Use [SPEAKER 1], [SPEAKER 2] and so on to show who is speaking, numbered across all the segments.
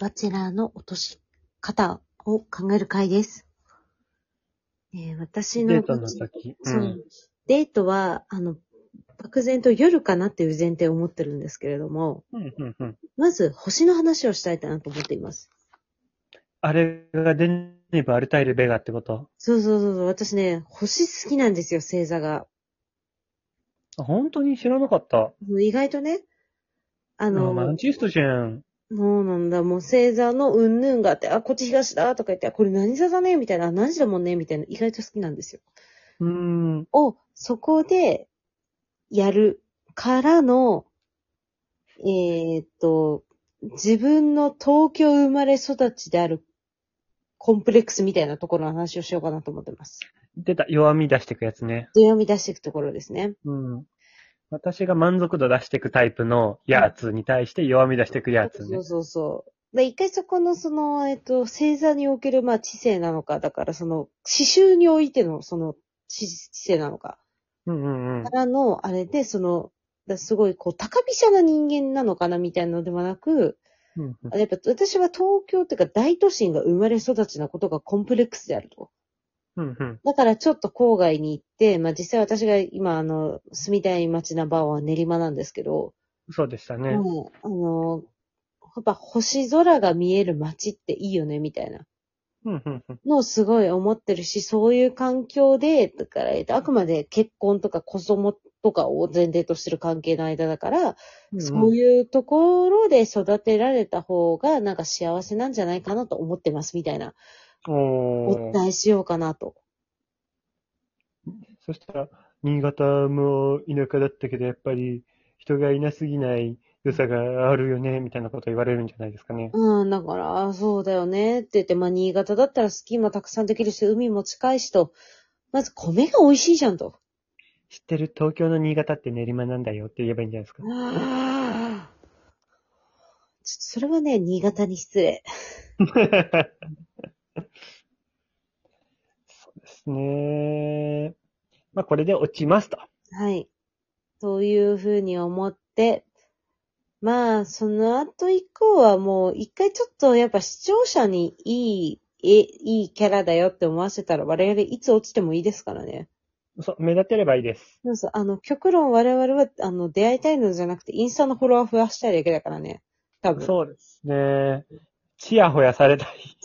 [SPEAKER 1] バチェラーの落とし方を考える会です。えー私の
[SPEAKER 2] データの
[SPEAKER 1] バチ
[SPEAKER 2] 先。
[SPEAKER 1] そう。デートは、あの、漠然と夜かなっていう前提を持ってるんですけれども、
[SPEAKER 2] うん、うん、うん。
[SPEAKER 1] まず星の話をしたいなと思っています。
[SPEAKER 2] あれがデニブ・アルタイル・ベガってこと
[SPEAKER 1] そうそうそうそう、私ね、星好きなんですよ、星座が。
[SPEAKER 2] あ本当に知らなかった。
[SPEAKER 1] 意外とね、あ
[SPEAKER 2] あ
[SPEAKER 1] の、
[SPEAKER 2] マンチストじゃん。
[SPEAKER 1] そうなんだ。もう星座のうんぬんがあって、あ、こっち東だとか言って、あ、これ何座だねみたいな、あ何時だもんねみたいな、意外と好きなんですよ。
[SPEAKER 2] うーん。
[SPEAKER 1] を、そこで、やるからの、えーっと、自分の東京生まれ育ちである、コンプレックスみたいなところの話をしようかなと思ってます。
[SPEAKER 2] 出た。弱み出してくやつね。
[SPEAKER 1] で、読み出していくところですね。
[SPEAKER 2] うん。私が満足度出してくタイプのやつに対して弱み出してくやつ
[SPEAKER 1] そ
[SPEAKER 2] ね
[SPEAKER 1] う。そうそう。で、一回そこの、その、えっと、星座における、まあ、知性なのか、だから、その、刺繍においての、その、知知性なのか、
[SPEAKER 2] うんうんうん
[SPEAKER 1] か。らの、あれで、その、だすごい、こう、高飛車な人間なのかな、みたいなのではなく、
[SPEAKER 2] うんうん
[SPEAKER 1] あやっぱ、私は東京っていうか、大都心が生まれ育ちなことがコンプレックスであると。
[SPEAKER 2] うんうん。
[SPEAKER 1] だからちょっと郊外に行って、まあ実際私が今あの住みたい街ナンバーワンは練馬なんですけど、
[SPEAKER 2] そうでしたね。
[SPEAKER 1] もう、あの、やっぱ星空が見える街っていいよね、みたいな
[SPEAKER 2] うんうんうん。
[SPEAKER 1] のをすごい思ってるし、そういう環境で、だから、えっと、あくまで結婚とか子供とかを前提としてる関係の間だから、そういうところで育てられた方がなんか幸せなんじゃないかなと思ってます、みたいな。お
[SPEAKER 2] おー。
[SPEAKER 1] 伝えしようかなと。
[SPEAKER 2] そしたら、新潟も田舎だったけど、やっぱり人がいなすぎない良さがあるよね、みたいなこと言われるんじゃないですかね。
[SPEAKER 1] うん、だから、あそうだよねって言って、まあ、新潟だったらスキーもたくさんできるし、海も近いしと、まず米が美味しいじゃんと。
[SPEAKER 2] 知ってる東京の新潟って練馬なんだよって言えばいいんじゃないですか
[SPEAKER 1] ち。ょっとそれはね、新潟に失礼。
[SPEAKER 2] そうですね。まあ、これで落ちますと。
[SPEAKER 1] はい。というふうに思って、まあ、その後以降はもう、一回ちょっとやっぱ視聴者にいい、え、いいキャラだよって思わせたら、我々いつ落ちてもいいですからね。
[SPEAKER 2] そう、目立てればいいです。
[SPEAKER 1] そうそう、あの、極論我々は、あの、出会いたいのじゃなくて、インスタのフォロワー増やしたいだけだからね。多分。
[SPEAKER 2] そうですね。ちやほやされたい。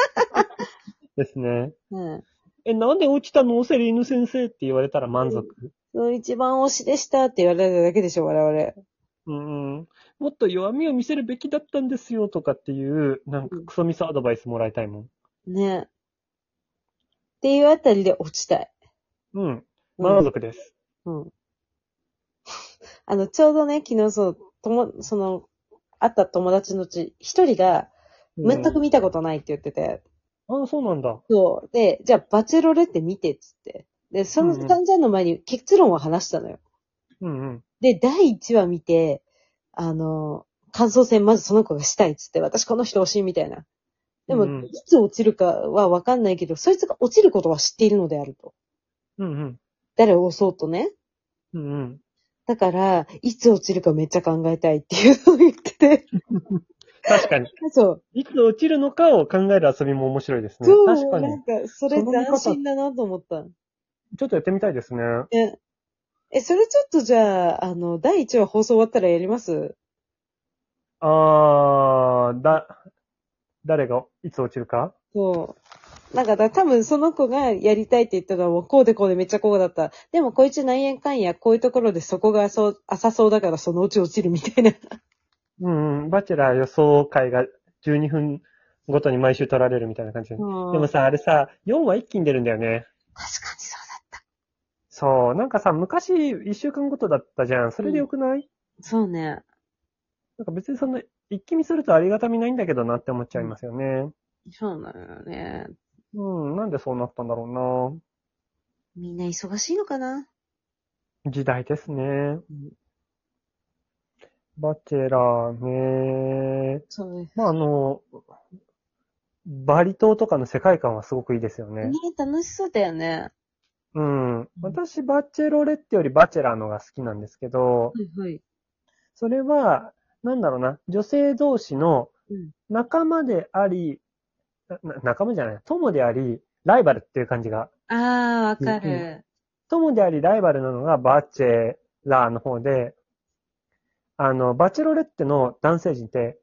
[SPEAKER 2] ですね。
[SPEAKER 1] うん。
[SPEAKER 2] え、なんで落ちたのセリーヌ先生って言われたら満足。
[SPEAKER 1] その一番推しでしたって言われただけでしょ、我々。
[SPEAKER 2] うんうんもっと弱みを見せるべきだったんですよとかっていう、なんかクソミソアドバイスもらいたいもん。
[SPEAKER 1] ね。っていうあたりで落ちたい。
[SPEAKER 2] うん。
[SPEAKER 1] うん
[SPEAKER 2] 満足です。
[SPEAKER 1] うん。 あの、ちょうどね、昨日そう、とも、その、会った友達のうち、一人が、全く見たことないって言ってて、
[SPEAKER 2] うん。あそうなんだ。
[SPEAKER 1] そう。で、じゃあ、バチェロレって見てっ、つって。で、その
[SPEAKER 2] うんうん
[SPEAKER 1] 誕生の前に結論を話したのよ。
[SPEAKER 2] うんうん。
[SPEAKER 1] で、第1話見て、あの、感想戦まずその子がしたいっつって、私この人欲しいみたいな。でも、
[SPEAKER 2] うんうん
[SPEAKER 1] いつ落ちるかはわかんないけど、そいつが落ちることは知っているのであると。
[SPEAKER 2] うんうん。
[SPEAKER 1] 誰を押そうとね。
[SPEAKER 2] うんうん。
[SPEAKER 1] だから、いつ落ちるかめっちゃ考えたいっていうのを言ってて。
[SPEAKER 2] 確かに。
[SPEAKER 1] そう。
[SPEAKER 2] いつ落ちるのかを考える遊びも面白いですね。
[SPEAKER 1] そう、
[SPEAKER 2] 確か
[SPEAKER 1] な
[SPEAKER 2] に
[SPEAKER 1] ん。か、それ
[SPEAKER 2] その見方
[SPEAKER 1] 斬新だなと思った。
[SPEAKER 2] ちょっとやってみたいですね。
[SPEAKER 1] ねえ、それちょっとじゃあ、あの、第1話放送終わったらやります
[SPEAKER 2] あー、だ、誰がいつ落ちるか
[SPEAKER 1] そう。なんかだ、多分その子がやりたいって言ったのはもうこうでこうでめっちゃこうだった。でもこいつ何円かんや、こういうところでそこがそう、浅そうだからそのうち落ちるみたい な。
[SPEAKER 2] うんうん。バチェラー予想会が12分ごとに毎週取られるみたいな感じで。
[SPEAKER 1] で
[SPEAKER 2] で
[SPEAKER 1] も
[SPEAKER 2] もさ、あれさ、4話一気に出るんだよね。
[SPEAKER 1] 確かにそう
[SPEAKER 2] そう、なんかさ、昔一週間ごとだったじゃん。それでよくない、
[SPEAKER 1] だ。そうね。
[SPEAKER 2] なんか別にそんな、一気見するとありがたみないんだけどなって思っちゃいますよね。
[SPEAKER 1] そうなのよね。
[SPEAKER 2] うん、なんでそうなったんだろ
[SPEAKER 1] みんな忙しいのかな
[SPEAKER 2] うな。時代ですね。バチェラーね。
[SPEAKER 1] そうね。
[SPEAKER 2] まあ、あの、バリ島とかの世界観はすごくいいですよね。
[SPEAKER 1] ね楽しそうだよね。
[SPEAKER 2] うん。私、バチェロレッテよりバチェラーのが好きなんですけ
[SPEAKER 1] は
[SPEAKER 2] ど、
[SPEAKER 1] いはい。
[SPEAKER 2] それは、なんだろうな、女性同士の
[SPEAKER 1] うん
[SPEAKER 2] 仲間であり、なな仲間じゃない、友であり、ライバルっていう感じが、
[SPEAKER 1] ああ、わか
[SPEAKER 2] うん
[SPEAKER 1] る。
[SPEAKER 2] 友でありライバルなのがバチェラーの方で、あの、バチェロレッテの男性陣って、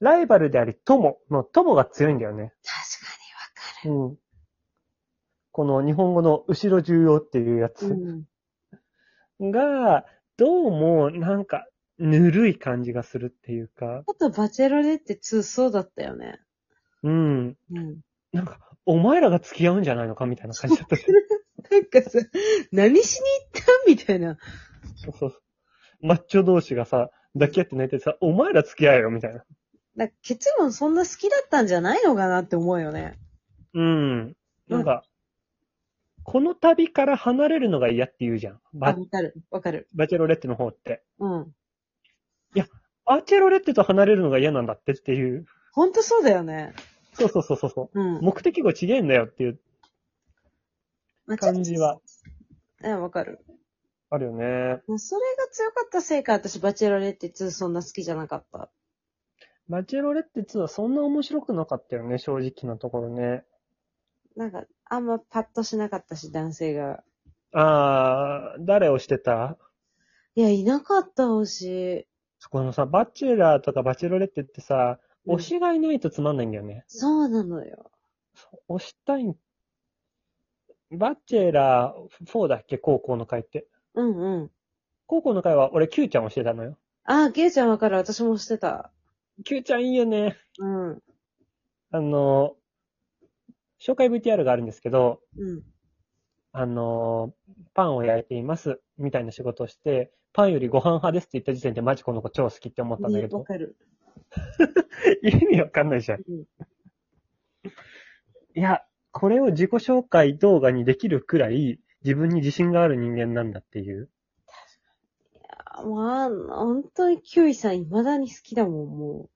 [SPEAKER 2] ライバルであり友の友が強いんだよね。
[SPEAKER 1] 確
[SPEAKER 2] うん。この日本語の後ろ重要っていうや
[SPEAKER 1] かにわか
[SPEAKER 2] つ
[SPEAKER 1] る。うん。
[SPEAKER 2] が、どうもなんかぬるい感じがするっていうか、
[SPEAKER 1] あと、バチェロレって2そうだったよね。
[SPEAKER 2] うん。
[SPEAKER 1] うん。
[SPEAKER 2] なんか、お前らが付き合うんじゃないのかみたいな感じ だった。
[SPEAKER 1] なんかさ、何しに行ったみたいな。
[SPEAKER 2] そうそうそう。マッチョ同士がさ、抱き合って泣いてさ、お前ら付き合えよみたいな。
[SPEAKER 1] なんか結論そんな好きだったんじゃないのかなって思うよね。
[SPEAKER 2] うん。なんか、この旅から離れるのが嫌って言うじゃん。
[SPEAKER 1] あ、わ
[SPEAKER 2] バ
[SPEAKER 1] かる。わかる。
[SPEAKER 2] バチェロレッテの方って。
[SPEAKER 1] うん。
[SPEAKER 2] バチェロレッテと離れるのが嫌なんだってっていう。
[SPEAKER 1] ほんとそうだよね。
[SPEAKER 2] そうそうそうそうそうう。
[SPEAKER 1] ん。
[SPEAKER 2] 目的語ちげえんだよっていう
[SPEAKER 1] まあ
[SPEAKER 2] 感じ。は
[SPEAKER 1] ちょっとえ、わかる。
[SPEAKER 2] あるよね。
[SPEAKER 1] もうそれが強かったせいか、私、バチェロレって2そんな好きじゃなかった。
[SPEAKER 2] バチェロレッテ2はそんな面白くなかったよね、正直なところね。
[SPEAKER 1] なんか、あんまパッとしなかったし、男性が。
[SPEAKER 2] あー、誰をしてた
[SPEAKER 1] いや、いなかった推し。
[SPEAKER 2] そこのさ、バチェラーとかバチェロレッテってさ、推しがいないとつまんないんだよね。
[SPEAKER 1] そうなのよ。
[SPEAKER 2] 押したいん。バチェラー4だっけ高校の会って。
[SPEAKER 1] うんうん。
[SPEAKER 2] 高校の会は俺 Q ちゃんをしてたのよ。
[SPEAKER 1] あー、ケイちゃんわかる。私もしてた。
[SPEAKER 2] Q ちゃんいいよね。
[SPEAKER 1] うん。うん。
[SPEAKER 2] あの、紹介 VTR があるんですけど、あの、パンを焼いています、みたいな仕事をして、パンよりご飯派ですって言った時点でマジこの子超好きって思ったんだけ
[SPEAKER 1] ねわ
[SPEAKER 2] ど、
[SPEAKER 1] かる。
[SPEAKER 2] 意味わかんないじゃん。い
[SPEAKER 1] うん
[SPEAKER 2] や、これを自己紹介動画にできるくらい自分に自信がある人間なんだっていう。
[SPEAKER 1] あまあ、本当にキュウイさん未だに好きだもん、も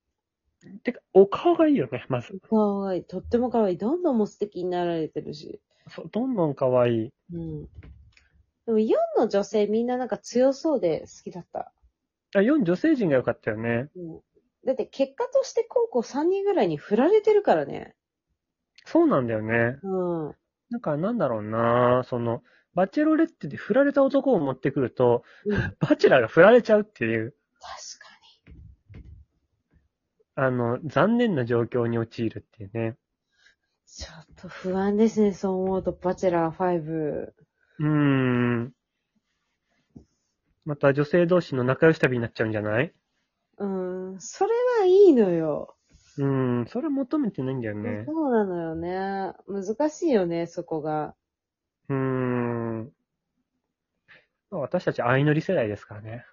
[SPEAKER 2] てか、お顔がいいよね、まず。
[SPEAKER 1] う。かわいい。とってもかわいい。どんどんもう素敵になられてるし。
[SPEAKER 2] そう、どんどん可愛い。
[SPEAKER 1] うん。でも4の女性みんななんか強そうで好きだった。
[SPEAKER 2] あ、4女性陣が良かったよね。
[SPEAKER 1] うん。だって結果として高校3人ぐらいに振られてるからね。
[SPEAKER 2] そうなんだよね。
[SPEAKER 1] うん。
[SPEAKER 2] なんか、なんだろうなその、バチェロレッテで振られた男を持ってくると、
[SPEAKER 1] うん、確か
[SPEAKER 2] バチェラーが振られちゃうっていう、
[SPEAKER 1] に。
[SPEAKER 2] あの、残念な状況に陥るっていうね。
[SPEAKER 1] ちょっと不安ですね、そう思うと。バチェラー5。
[SPEAKER 2] うーん。また女性同士の仲良し旅になっちゃうんじゃない
[SPEAKER 1] うん。それはいいのよ。
[SPEAKER 2] うーん、それは求めてないんだよね。
[SPEAKER 1] そうなのよね。難しいよね、そこが。
[SPEAKER 2] うーん。まあ私たち相乗り世代ですからね。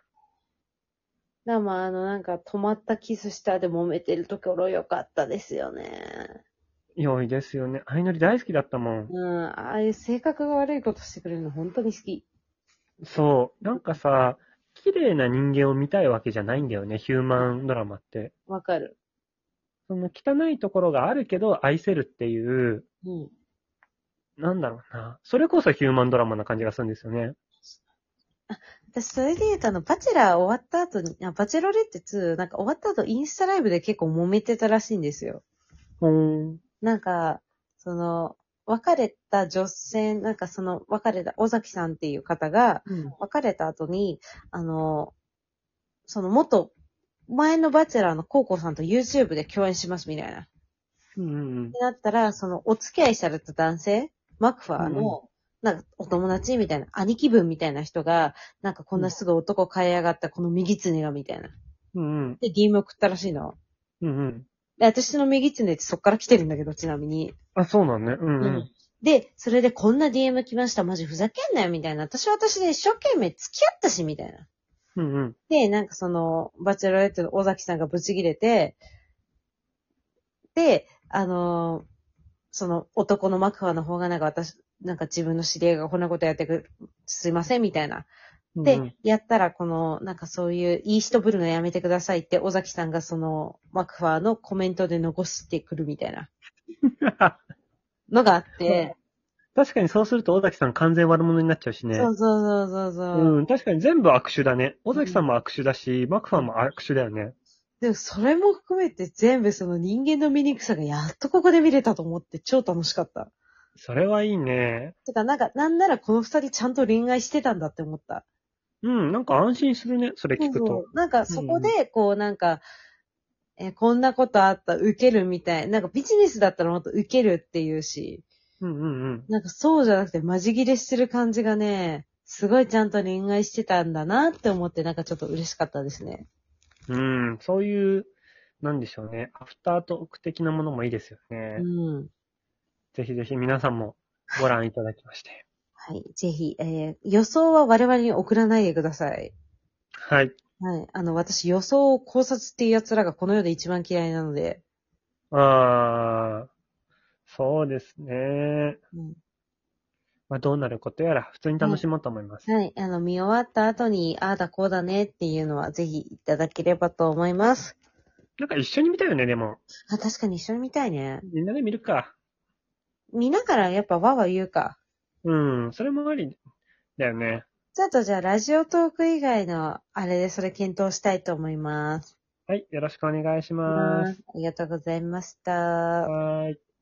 [SPEAKER 1] だからまあ、あの、なんか、止まったキスしたで揉めてるところ良かったですよね。
[SPEAKER 2] 良いですよね。相乗り大好きだったもん。
[SPEAKER 1] うん。ああいう性格が悪いことしてくれるの本当に好き。
[SPEAKER 2] そう。なんかさ、綺麗な人間を見たいわけじゃないんだよね、ヒューマンドラマって。
[SPEAKER 1] わかる。
[SPEAKER 2] その汚いところがあるけど愛せるっていう、
[SPEAKER 1] うん。
[SPEAKER 2] なんだろうな。それこそヒューマンドラマな感じがするんですよね。
[SPEAKER 1] 私、それで言うと、あの、バチェラー終わった後に、あバチェロレッテ2、なんか終わった後インスタライブで結構揉めてたらしいんですよ。
[SPEAKER 2] ほーん。
[SPEAKER 1] なんか、その、別れた女性、なんかその、別れた、尾崎さんっていう方が、別れた後に、あの、その元、前のバチェラーのコウコさんと YouTube で共演しますみたいな。っ
[SPEAKER 2] うんうん
[SPEAKER 1] てなったら、そのお付き合いされた男性、マクファー
[SPEAKER 2] うん
[SPEAKER 1] の、なんかお友達みたいな、兄貴分みたいな人が、なんかこんなすぐ男買いやがったこの右常がみたいな。
[SPEAKER 2] うん。うんうん。
[SPEAKER 1] で、DM 送ったらしいの。
[SPEAKER 2] うんうん。
[SPEAKER 1] で、私の右常ってそっから来てるんだけど、ちなみに。
[SPEAKER 2] あ、そうなんね。うんう
[SPEAKER 1] うんん。で、それでこんな DM 来ました、マジふざけんなよ、みたいな。私は私で一生懸命付き合ったし、みたいな。
[SPEAKER 2] うんうん。
[SPEAKER 1] で、なんかその、バチェロレッテの尾崎さんがブチ切れて、で、あのーその男のマクファーの方がなんか私、なんか自分の知り合いがこんなことやってくる、すいません、みたいな。
[SPEAKER 2] うん
[SPEAKER 1] で、やったらこの、なんかそういういい人ぶるのやめてくださいって、尾崎さんがその、マクファーのコメントで残してくるみたいなのがあって、
[SPEAKER 2] 確かにそうすると尾崎さん完全悪者になっちゃうしね。
[SPEAKER 1] そうそうそうそうそう。
[SPEAKER 2] うん、確かに全部握手だね。尾崎さんも握手だし、マクファンも握手だよね。
[SPEAKER 1] でもそれも含めて全部その人間の醜さがやっとここで見れたと思って超楽しかった。
[SPEAKER 2] それはいいね。
[SPEAKER 1] てかなんか、なんならこの二人ちゃんと恋愛してたんだって思った。
[SPEAKER 2] うん、なんか安心するね、それ聞く
[SPEAKER 1] そう
[SPEAKER 2] と
[SPEAKER 1] そ。うなんかそこで、こうなんか、えーこんなことあった、受けるみたい。なんかビジネスだったらもっと受けるっていうし、
[SPEAKER 2] うんうんうん。
[SPEAKER 1] なんかそうじゃなくてマジ切れしてる感じがね、すごいちゃんと恋愛してたんだなって思ってなんかちょっと嬉しかったですね。
[SPEAKER 2] うん、そういう、なんでしょうね。アフタートーク的なものもいいですよね。
[SPEAKER 1] うん。
[SPEAKER 2] ぜひぜひ皆さんもご覧いただきまして。
[SPEAKER 1] はい。ぜひ、えー予想は我々に送らないでください。
[SPEAKER 2] はい。
[SPEAKER 1] はい。あの、私予想考察っていう奴らがこの世で一番嫌いなので。
[SPEAKER 2] あー、そうですね。
[SPEAKER 1] うん
[SPEAKER 2] まあ、どうなることやら、普通に楽しもうと思います。
[SPEAKER 1] はい。あの、見終わった後に、ああだこうだねっていうのは、ぜひいただければと思います。
[SPEAKER 2] なんか一緒に見たよね、でも。
[SPEAKER 1] あ、確かに一緒に見たいね。
[SPEAKER 2] みんなで見るか。
[SPEAKER 1] 見ながらやっぱわわ言うか。
[SPEAKER 2] うん、それもありだよね。
[SPEAKER 1] ちょっとじゃあ、ラジオトーク以外の、あれでそれ検討したいと思います。
[SPEAKER 2] はい、よろしくお願いし
[SPEAKER 1] あ
[SPEAKER 2] ます。
[SPEAKER 1] りがとうございました。
[SPEAKER 2] はーい。